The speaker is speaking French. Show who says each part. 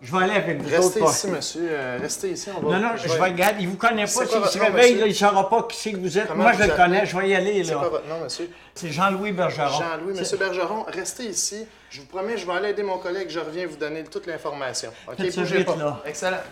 Speaker 1: Je vais aller avec vous
Speaker 2: Restez
Speaker 1: autres,
Speaker 2: ici,
Speaker 1: pas.
Speaker 2: monsieur. euh, restez ici, on va.
Speaker 1: Non, non, je vais regarder. Il vous connaît pas.
Speaker 2: C'est
Speaker 1: S'il
Speaker 2: quoi
Speaker 1: se
Speaker 2: votre nom,
Speaker 1: réveille,
Speaker 2: monsieur?
Speaker 1: là, il saura pas qui c'est que vous êtes.
Speaker 2: Comment
Speaker 1: Moi, je
Speaker 2: vous
Speaker 1: le
Speaker 2: appelez?
Speaker 1: connais. Je vais y aller,
Speaker 2: C'est quoi
Speaker 1: là.
Speaker 2: votre nom, monsieur?
Speaker 1: C'est Jean-Louis Bergeron.
Speaker 2: Jean-Louis, monsieur Bergeron, restez ici. Je vous promets, je vais aller aider mon collègue. Je reviens vous donner toute l'information. OK,
Speaker 1: Faites ça
Speaker 2: bougez
Speaker 1: vite,
Speaker 2: pas.
Speaker 1: là.
Speaker 2: Excellent.